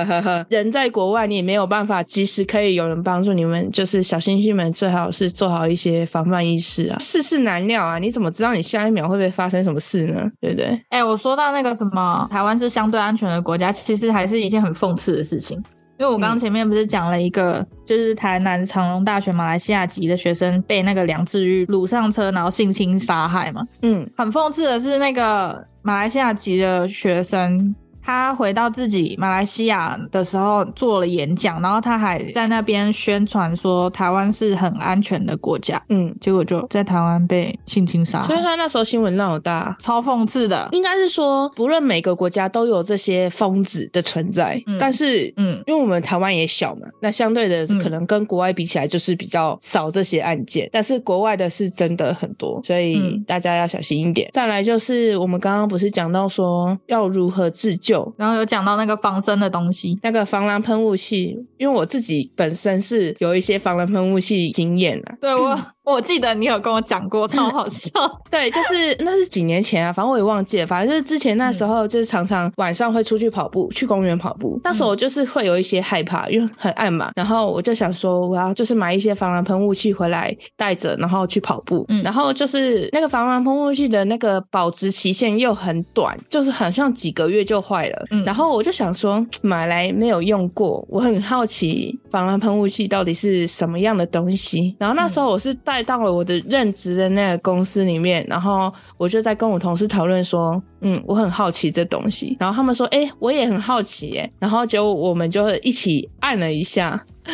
Speaker 2: 人在国外，你没有办法及时可以有人帮助你们，就是小星星们最好是做好一些防范意识啊。世事难料啊，你怎么知道你下一秒会不会发生什么事呢？对不对？
Speaker 1: 哎、我说到那个什么，台湾是相对安全的国家，其实还是一件很讽刺的事情。因为我刚
Speaker 2: 嗯
Speaker 1: 前面不是讲了一个，就是台南长隆大学马来西亚籍的学生被那个梁志玉掳上车，然后性侵杀害嘛。
Speaker 2: 嗯
Speaker 1: 很讽刺的是，那个马来西亚籍的学生，他回到自己马来西亚的时候做了演讲，然后他还在那边宣传说台湾是很安全的国家，
Speaker 2: 嗯，
Speaker 1: 结果就在台湾被性侵杀害，
Speaker 2: 所以他那时候新闻闹大、
Speaker 1: 超讽刺的。
Speaker 2: 应该是说，不论每个国家都有这些疯子的存在，
Speaker 1: 嗯
Speaker 2: 但是，
Speaker 1: 嗯
Speaker 2: 嗯，因为我们台湾也小嘛，那相对的
Speaker 1: 嗯
Speaker 2: 可能跟国外比起来就是比较少这些案件，但是国外的是真的很多，所以
Speaker 1: 嗯
Speaker 2: 大家要小心一点。再来就是我们刚刚不是讲到说要如何自救。
Speaker 1: 然后有讲到那个防身的东西，
Speaker 2: 那个防狼喷雾器，因为我自己本身是有一些防狼喷雾器经验啊啦，
Speaker 1: 对我、我记得你有跟我讲过，超好 笑。
Speaker 2: 对，就是那是几年前啊，反正我也忘记了。反正就是之前那时候，就是常常晚上会出去跑步，去公园跑步。那
Speaker 1: 嗯
Speaker 2: 时候我就是会有一些害怕，因为很暗嘛。然后我就想说，我要就是买一些防狼喷雾器回来带着，然后去跑步。
Speaker 1: 嗯
Speaker 2: 然后就是那个防狼喷雾器的那个保质期限又很短，就是好像几个月就坏了。
Speaker 1: 嗯
Speaker 2: 然后我就想说，买来没有用过，我很好奇防狼喷雾器到底是什么样的东西。然后那时候我是带到了我的任职的那个公司里面，然后我就在跟我同事讨论说，嗯，我很好奇这东西。然后他们说，哎、我也很好奇耶、然后结果我们就一起按了一下。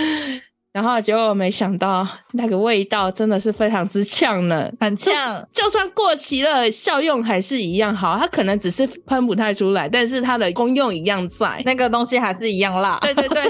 Speaker 2: 然后结果没想到那个味道真的是非常之呛呢，
Speaker 1: 很
Speaker 2: 就
Speaker 1: 呛
Speaker 2: 是，就算过期了，效用还是一样好。它可能只是喷不太出来，但是它的功用一样在。
Speaker 1: 那个东西还是一样辣。
Speaker 2: 对对对，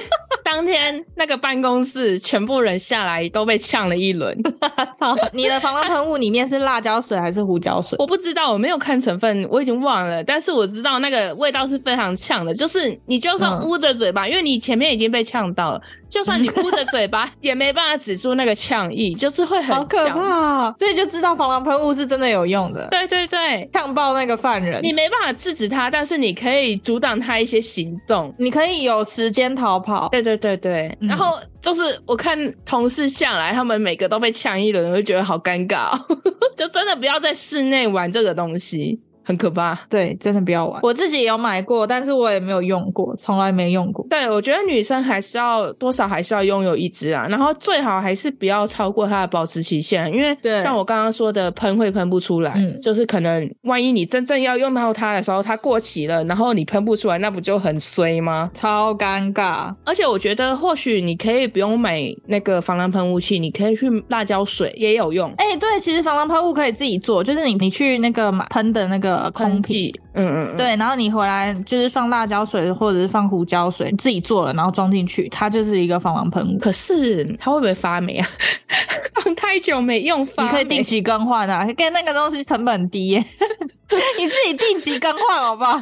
Speaker 2: 当天那个办公室全部人下来都被呛了一轮。
Speaker 1: 操！你的防狼喷雾里面是辣椒水还是胡椒水？
Speaker 2: 我不知道，我没有看成分，我已经忘了。但是我知道那个味道是非常呛的，就是你就算
Speaker 1: 嗯
Speaker 2: 捂着嘴巴，因为你前面已经被呛到了，就算你捂着嘴巴也没办法止住那个呛意， 就是会很
Speaker 1: 好可
Speaker 2: 呛。
Speaker 1: 怕、所以就知道防狼喷雾是真的有用的，
Speaker 2: 对对对，
Speaker 1: 呛爆那个犯人。
Speaker 2: 你
Speaker 1: 你
Speaker 2: 没办法制止他，但是你可以阻挡他一些行动。
Speaker 1: 你可以有时间逃跑。
Speaker 2: 对对对对，
Speaker 1: 嗯
Speaker 2: 然后就是我看同事下来，他们每个都被呛一轮，我就觉得好尴尬、哦， 就真的不要在室内玩这个东西，很可怕。
Speaker 1: 对，真的不要玩。我自己有买过，但是我也没有用过，从来没用过。
Speaker 2: 对，我觉得女生还是要多少还是要拥有一支啊，然后最好还是不要超过它的保持期限，因为
Speaker 1: 对
Speaker 2: 像我刚刚说的，喷会喷不出来，
Speaker 1: 嗯
Speaker 2: 就是可能万一你真正要用到它的时候，它过期了，然后你喷不出来，那不就很衰吗？
Speaker 1: 超尴尬，
Speaker 2: 而且我觉得或许你可以不用买那个防狼喷雾器，你可以去辣椒水也有用，
Speaker 1: 哎、对，其实防狼喷雾可以自己做，就是你你去那个买喷的那个空
Speaker 2: 喷
Speaker 1: 瓶，
Speaker 2: 剂，嗯嗯嗯，
Speaker 1: 对，然后你回来就是放辣椒水或者是放胡椒水，自己做了，然后装进去，它就是一个防狼喷雾。
Speaker 2: 可是它会不会发霉啊？ 放太久没用发
Speaker 1: 你
Speaker 2: 霉，
Speaker 1: 可以定期更换啊，跟那个东西成本低耶， 你自己定期更换好不好？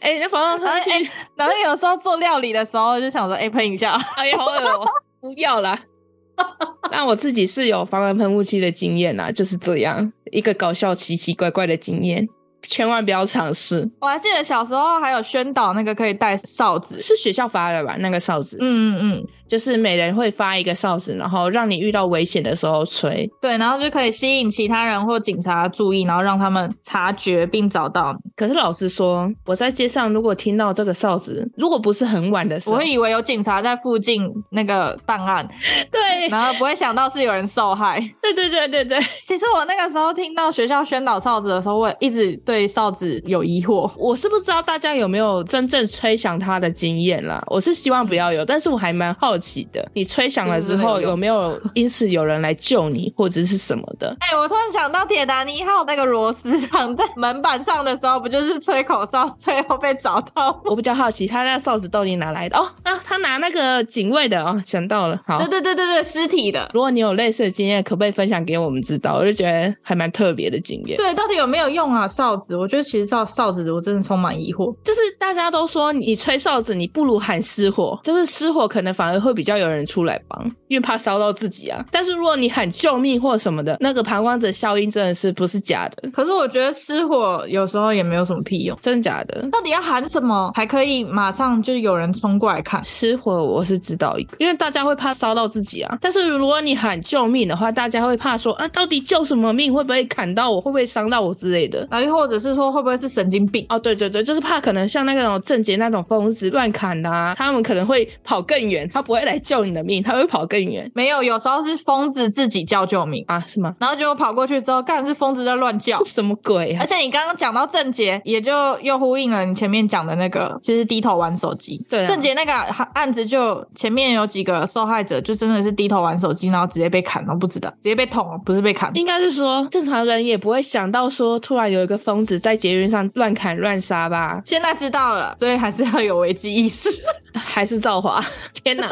Speaker 2: 哎、那防狼
Speaker 1: 然
Speaker 2: 喷雾
Speaker 1: 后
Speaker 2: 器，
Speaker 1: 哎、然后有时候做料理的时候就想说，哎、喷一下，
Speaker 2: 哎呀，好恶哦、不要啦。那我自己是有防狼喷雾器的经验啦，就是这样一个搞笑、奇奇怪怪的经验，千万不要尝试。
Speaker 1: 我还记得小时候还有宣导那个可以带哨子，
Speaker 2: 是学校发的吧？那个哨子，
Speaker 1: 嗯嗯嗯，
Speaker 2: 就是每人会发一个哨子，然后让你遇到危险的时候吹。
Speaker 1: 对，然后就可以吸引其他人或警察注意，然后让他们察觉并找到你。
Speaker 2: 可是老实说，我在街上如果听到这个哨子，如果不是很晚的时
Speaker 1: 我
Speaker 2: 候，
Speaker 1: 会以为有警察在附近那个办案，
Speaker 2: 对
Speaker 1: 然后不会想到是有人受害。
Speaker 2: 对对对对对，
Speaker 1: 其实我那个时候听到学校宣导哨子的时候，我一直对哨子有疑惑。
Speaker 2: 我是不知道大家有没有真正吹响它的经验啦。我是希望不要有，但是我还蛮好好奇的，你吹响了之
Speaker 3: 是不是
Speaker 2: 后
Speaker 3: 没有用
Speaker 2: 有没 有因此有人来救你或者是什么的？
Speaker 1: 哎、我突然想到《铁达尼号》那个螺丝长在门板上的时候，不就是吹口哨，最后被找到吗？
Speaker 2: 我比较好奇他那哨子到底哪来的？哦，啊，他拿那个警卫的哦，想到了，好
Speaker 1: 对。对对对对，尸体的。
Speaker 2: 如果你有类似的经验，可不可以分享给我们知道？我就觉得还蛮特别的经验。
Speaker 1: 对，到底有没有用啊？哨子，我觉得其实哨哨子，我真的充满疑惑。
Speaker 2: 就是大家都说你吹哨子，你不如喊失火，就是失火可能反而会比较有人出来帮，因为怕烧到自己啊。但是如果你喊救命或什么的，那个旁观者效应真的是不是假的，
Speaker 1: 可是我觉得失火有时候也没有什么屁用，
Speaker 2: 真的假的？
Speaker 1: 到底要喊什么才可以马上就有人冲过来看？
Speaker 2: 失火我是知道一个，因为大家会怕烧到自己啊。但是如果你喊救命的话，大家会怕说啊，到底救什么命？会不会砍到我？会不会伤到我之类的？
Speaker 1: 然后又或者是说会不会是神经病？
Speaker 2: 哦，对对对，就是怕可能像那个种郑杰那种疯子乱砍的啊，他们可能会跑更远，他不会来救你的命，他会跑更远
Speaker 1: 没有，有时候是疯子自己叫救命，
Speaker 2: 啊，是吗？。
Speaker 1: 然后结果跑过去之后，干是疯子在乱叫
Speaker 2: 什么鬼啊
Speaker 1: 而？且你刚刚讲到郑杰，也就又呼应了你前面讲的那个，就是低头玩手机。
Speaker 2: 对啊
Speaker 1: 郑杰那个案子就前面有几个受害者，就真的是低头玩手机，然后直接被砍了，不知道直接被捅了，不是被砍。
Speaker 2: 应该是说，正常人也不会想到说，突然有一个疯子在捷运上乱砍乱杀吧？
Speaker 1: 现在知道了，所以还是要有危机意识，
Speaker 2: 还是造华？ 天哪！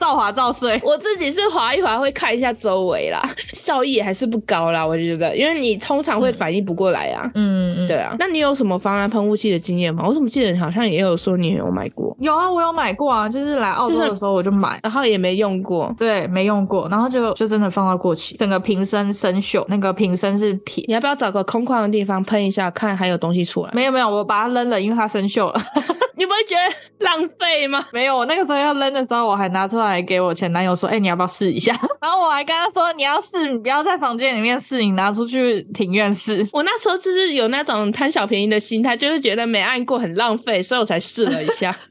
Speaker 1: 造华造税。
Speaker 2: 我自己是滑一滑会看一下周围啦， 效益还是不高啦，我觉得，因为你通常会反应不过来啊。
Speaker 1: 嗯，嗯
Speaker 2: 对。啊，那你有什么防狼喷雾器的经验吗？我怎么记得你好像也有说你有买过，
Speaker 1: 有啊，我有买过啊，就是来澳洲
Speaker 2: 就是
Speaker 1: 的时候我就买。
Speaker 2: 然后也没用过。
Speaker 1: 对，没用过，然后就就真的放到过期，整个瓶身生锈，那个瓶身是铁，
Speaker 2: 你要不要找个空旷的地方喷一下，看还有东西出来？
Speaker 1: 没有没有，我把它扔了，因为它生锈了。
Speaker 2: 你不会觉得浪费吗？
Speaker 1: 没有，我那个时候要扔的时候，我还拿出来给我前男友说：“哎、你要不要试一下？” 然后我还跟他说：“你要试，你不要在房间里面试，你拿出去庭院试。
Speaker 2: 我那时候就是有那种贪小便宜的心态，就是觉得没按过很浪费，所以我才试了一下。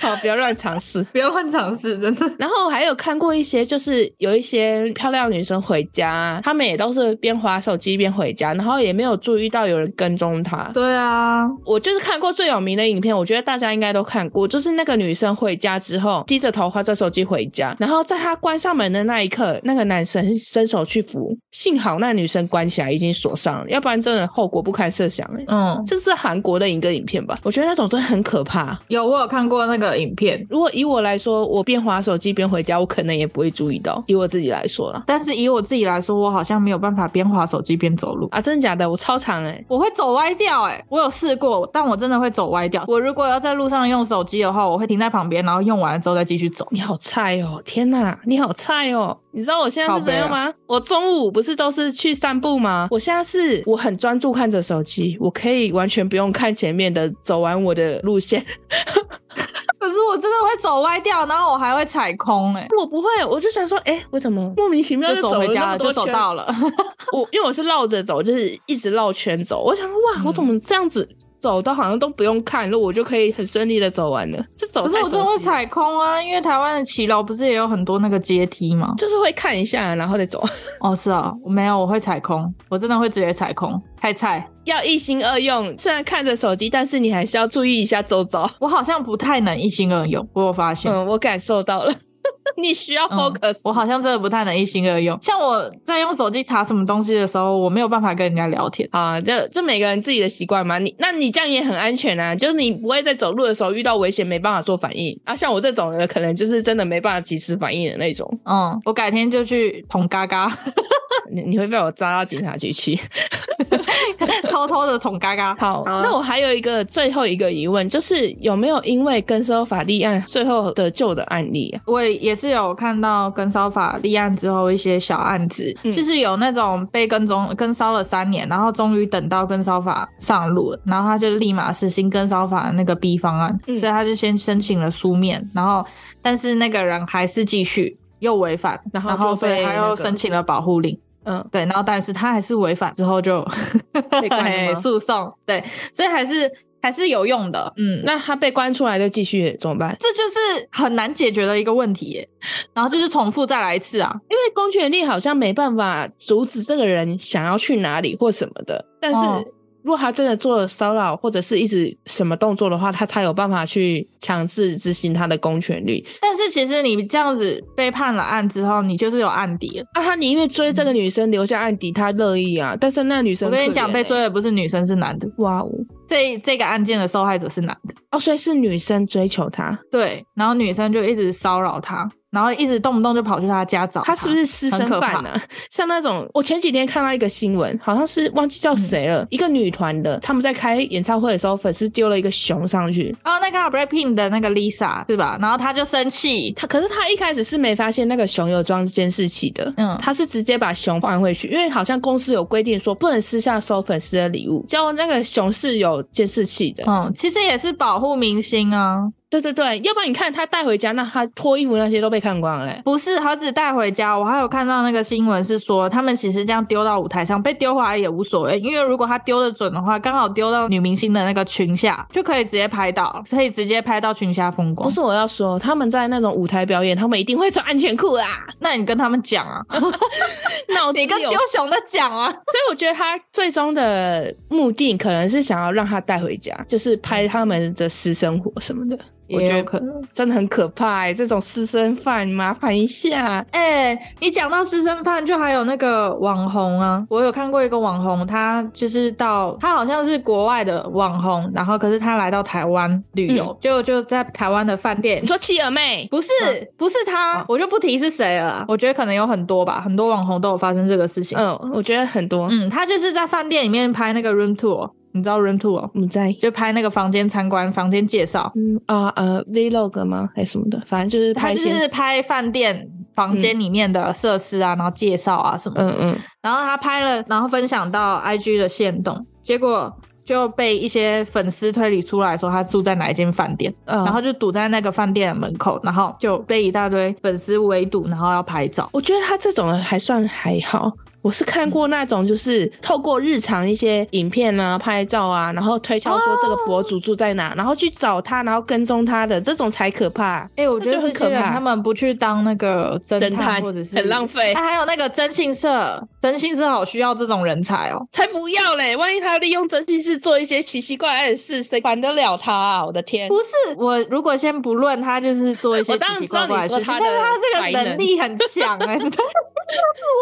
Speaker 2: 好，不要乱尝试”。
Speaker 1: 不要乱尝试，真的。
Speaker 2: 然后还有看过一些，就是有一些漂亮女生回家，她们也都是边滑手机边回家，然后也没有注意到有人跟踪她。
Speaker 1: 对啊，
Speaker 2: 我就是看过最有名的影片，我觉得大家应该都看过，就是那个女生回家之后低着头划着手机回家，然后在她关上门的那一刻，那个男生伸手去扶，幸好那女生关起来已经锁上了，要不然真的后果不堪设想、欸。
Speaker 1: 嗯，
Speaker 2: 这是韩国的一个影片吧？我觉得那种真的很可怕。
Speaker 1: 有我有看过那个影片，
Speaker 2: 如果以我来说，我边滑手机边回家，我可能也不会注意到。以我自己来说啦，
Speaker 1: 但是以我自己来说，我好像没有办法边滑手机边走路。
Speaker 2: 啊，真的假的？我超常哎、
Speaker 1: 我会走歪掉、欸，我有试过，但我真的会走歪掉。我如果要在路上用手机的话，我会停在旁边，然后用完了之后再继续走。
Speaker 2: 你好菜哦！天哪，你好菜哦！你知道我现在是怎样
Speaker 1: 哦
Speaker 2: 吗？我中午不是都是去散步吗？我现在是我很专注看着手机，我可以完全不用看前面的，走完我的路线。
Speaker 1: 可是我真的会走歪掉，然后我还会踩空、欸，哎，
Speaker 2: 我不会，我就想说，哎、我怎么莫名其妙
Speaker 1: 就
Speaker 2: 走
Speaker 1: 走回家
Speaker 2: 了
Speaker 1: 了，
Speaker 2: 那么多
Speaker 1: 就走
Speaker 2: 圈
Speaker 1: 到了。
Speaker 2: 我，因为我是绕着走，就是一直绕圈走。我想说，哇，我怎
Speaker 1: 嗯
Speaker 2: 么这样子走都好像都不用看路，我就可以很顺利的走完了。是走
Speaker 1: 可是
Speaker 2: 太
Speaker 1: 我真的会
Speaker 2: 熟悉了
Speaker 1: 踩空啊，因为台湾的骑楼不是也有很多那个阶梯吗？
Speaker 2: 就是会看一下，然后再走。
Speaker 1: 哦，是啊，我没有，我会踩空，我真的会直接踩空，太菜。
Speaker 2: 要一心二用，虽然看着手机，但是你还是要注意一下周遭。
Speaker 1: 我好像不太能一心二用，我有发现。
Speaker 2: 嗯，我感受到了， 你需要
Speaker 1: 嗯
Speaker 2: focus。
Speaker 1: 我好像真的不太能一心二用。像我在用手机查什么东西的时候，我没有办法跟人家聊天。
Speaker 2: 啊，这这每个人自己的习惯嘛，你那你这样也很安全啊，就是你不会在走路的时候遇到危险没办法做反应啊。像我这种人，可能就是真的没办法及时反应的那种，
Speaker 1: 嗯，我改天就去捅嘎嘎，
Speaker 2: 你你会被我抓到警察局去。
Speaker 1: 偷偷的捅嘎嘎。
Speaker 2: 好，
Speaker 1: 啊
Speaker 2: 那我还有一个最后一个疑问，就是有没有因为跟收法立案最后得救的案例啊？
Speaker 1: 我也是有看到跟骚法立案之后一些小案子，
Speaker 2: 嗯
Speaker 1: 就是有那种被跟踪跟骚了三年，然后终于等到跟骚法上路了，然后他就立马实行跟骚法的那个 B 方案，
Speaker 2: 嗯
Speaker 1: 所以他就先申请了书面，然后但是那个人还是继续又违反，
Speaker 2: 然后
Speaker 1: 然后
Speaker 2: 就
Speaker 1: 所以
Speaker 2: 被
Speaker 1: 他
Speaker 2: 那
Speaker 1: 又
Speaker 2: 个
Speaker 1: 申请了保护令。
Speaker 2: 嗯，
Speaker 1: 对，然后但是他还是违反之后就
Speaker 2: 被关了吗
Speaker 1: 诉讼，对，所以还是还是有用的，嗯，
Speaker 2: 那他被关出来就继续怎么办？
Speaker 1: 这就是很难解决的一个问题耶，然后就是重复再来一次啊，
Speaker 2: 因为公权力好像没办法阻止这个人想要去哪里或什么的，但是
Speaker 1: 哦
Speaker 2: 如果他真的做了骚扰或者是一直什么动作的话，他才有办法去强制执行他的公权力。
Speaker 1: 但是其实你这样子被判了案之后，你就是有案底了。
Speaker 2: 啊，他宁愿追这个女生留下案底，他乐意啊。但是那女生
Speaker 1: 我
Speaker 2: 可怜欸，
Speaker 1: 跟你讲，被追的不是女生，是男的。
Speaker 2: 哇哦，
Speaker 1: 这这个案件的受害者是男的，
Speaker 2: 哦，所以是女生追求他，
Speaker 1: 对，然后女生就一直骚扰他，然后一直动不动就跑去他家找
Speaker 2: 他是不是私生
Speaker 1: 很可
Speaker 2: 饭
Speaker 1: 怕
Speaker 2: 呢、 像那种，我前几天看到一个新闻，好像是忘记
Speaker 1: 嗯
Speaker 2: 叫谁了，一个女团的，他们在开演唱会的时候，粉丝丢了一个熊上去，
Speaker 1: 哦，那个 Blackpink 的那个 Lisa 对吧？然后他就生气，
Speaker 2: 他可是他一开始是没发现那个熊有装监视器的，
Speaker 1: 嗯
Speaker 2: 他是直接把熊还回去，因为好像公司有规定说不能私下收粉丝的礼物，结果那个熊是有监视器的，
Speaker 1: 嗯，其实也是保护明星啊，
Speaker 2: 对对对，要不然你看他带回家，那他脱衣服那些都被看光了、嘞。
Speaker 1: 不是，他只带回家。我还有看到那个新闻是说，他们其实这样丢到舞台上，被丢回来也无所谓，因为如果他丢的准的话，刚好丢到女明星的那个裙下，就可以直接拍到，可以直接拍到裙下风 光
Speaker 2: 不。是我要说，他们在那种舞台表演，他们一定会穿安全裤啦。
Speaker 1: 那你跟他们讲啊，
Speaker 2: 脑子
Speaker 1: 你跟
Speaker 2: 有
Speaker 1: 丢熊的讲啊，
Speaker 2: 所以我觉得他最终的目的可能是想要让他带回家，就是拍他们的私生活什么的。我觉
Speaker 1: 也
Speaker 2: 得
Speaker 1: 有可能。
Speaker 2: 真的很可怕、欸，这种私生饭，麻烦一下。
Speaker 1: 哎、你讲到私生饭，就还有那个网红啊，我有看过一个网红，他就是到他好像是国外的网红，然后可是他来到台湾旅游，就就在台湾的饭店
Speaker 2: 你说妻儿妹，
Speaker 1: 不是、不是他，
Speaker 2: 哦
Speaker 1: 我就不提是谁了啊啦。我觉得可能有很多吧，很多网红都有发生这个事情。嗯
Speaker 2: 嗯，我觉得很多。
Speaker 1: 他就是在饭店里面拍那个 room tour，你知道 room tour
Speaker 2: 我们在
Speaker 1: 就拍那个房间参观、房间介绍，
Speaker 2: 嗯啊呃 vlog 吗？还是什么的？反正就是
Speaker 1: 他
Speaker 2: 拍一
Speaker 1: 就
Speaker 2: 些
Speaker 1: 是拍饭店房间里面的设施啊，然后介绍啊什么的。
Speaker 2: 嗯嗯，
Speaker 1: 然后他拍了，然后分享到 IG 的线动，结果。就被一些粉丝推理出来说他住在哪一间饭店，
Speaker 2: 嗯
Speaker 1: 然后就堵在那个饭店的门口，然后就被一大堆粉丝围堵，然后要拍照。
Speaker 2: 我觉得他这种还算还好。我是看过那种，就是透过日常一些影片啊、拍照啊，然后推敲说这个博主住在哪，
Speaker 1: 哦
Speaker 2: 然后去找他，然后跟踪他的，这种才可怕。
Speaker 1: 哎、我
Speaker 2: 那
Speaker 1: 觉得
Speaker 2: 就很
Speaker 1: 这些
Speaker 2: 可
Speaker 1: 人
Speaker 2: 怕
Speaker 1: 他们不去当那个侦
Speaker 2: 侦探
Speaker 1: 或者是
Speaker 2: 很浪 费
Speaker 1: 啊还有那个征信社，征信社好需要这种人才哦。
Speaker 2: 才不要嘞！万一他利用征信是做一些奇奇怪怪的事，谁管得了他啊？我的天！
Speaker 1: 不是我，如果先不论他就是做一些
Speaker 2: 我当然
Speaker 1: 奇奇怪怪的
Speaker 2: 知道
Speaker 1: 事情，
Speaker 2: 你说他
Speaker 1: 但
Speaker 2: 的
Speaker 1: 是他这
Speaker 2: 才
Speaker 1: 个
Speaker 2: 能
Speaker 1: 能力很强哎、 他就是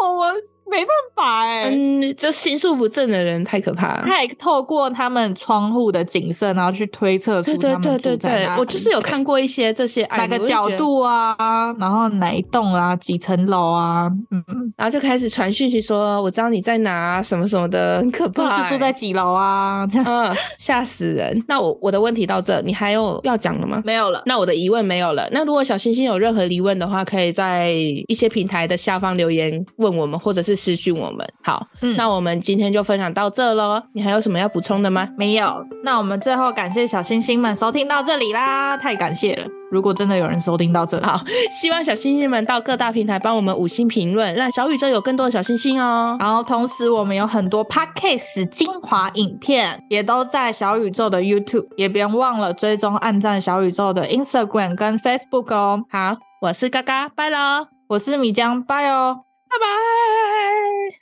Speaker 1: 我，我没办法哎、
Speaker 2: 嗯，就心术不正的人太可怕了。
Speaker 1: 他也透过他们窗户的景色，然后去推测出
Speaker 2: 对对
Speaker 1: 他
Speaker 2: 对
Speaker 1: 们
Speaker 2: 对
Speaker 1: 住在
Speaker 2: 对
Speaker 1: 哪，里
Speaker 2: 我就是有看过一些这些案
Speaker 1: 哪
Speaker 2: 例
Speaker 1: 个角，
Speaker 2: 我就觉得
Speaker 1: 度啊，然后哪一栋啊，几层楼啊，嗯，
Speaker 2: 然后就开始传讯息说我知道你在哪啊什么什么的，很可
Speaker 1: 都
Speaker 2: 怕、
Speaker 1: 是住在几楼啊，这样
Speaker 2: 嗯，吓死人。那我我的问题到这，你还有要讲的吗？
Speaker 1: 没有了。
Speaker 2: 那我的疑问没有了。那如果小星星有任何疑问的话，可以在一些平台的下方留言问我们，或者是私讯我们。好，
Speaker 1: 嗯
Speaker 2: 那我们今天就分享到这喽。你还有什么要补充的吗？
Speaker 1: 没有。那我们最后感谢小星星们收听到这里啦，太感谢了！如果真的有人收听到这里，
Speaker 2: 好，希望小星星们到各大平台帮我们五星评论，让小宇宙有更多的小星星哦。
Speaker 1: 然后同时我们有很多 podcast 精华影片，也都在小宇宙的 YouTube，也别忘了追踪、按赞小宇宙的 Instagram 跟 Facebook 哦。
Speaker 2: 好，我是嘎嘎，拜喽，
Speaker 1: 我是米江，拜哦。
Speaker 2: 拜拜。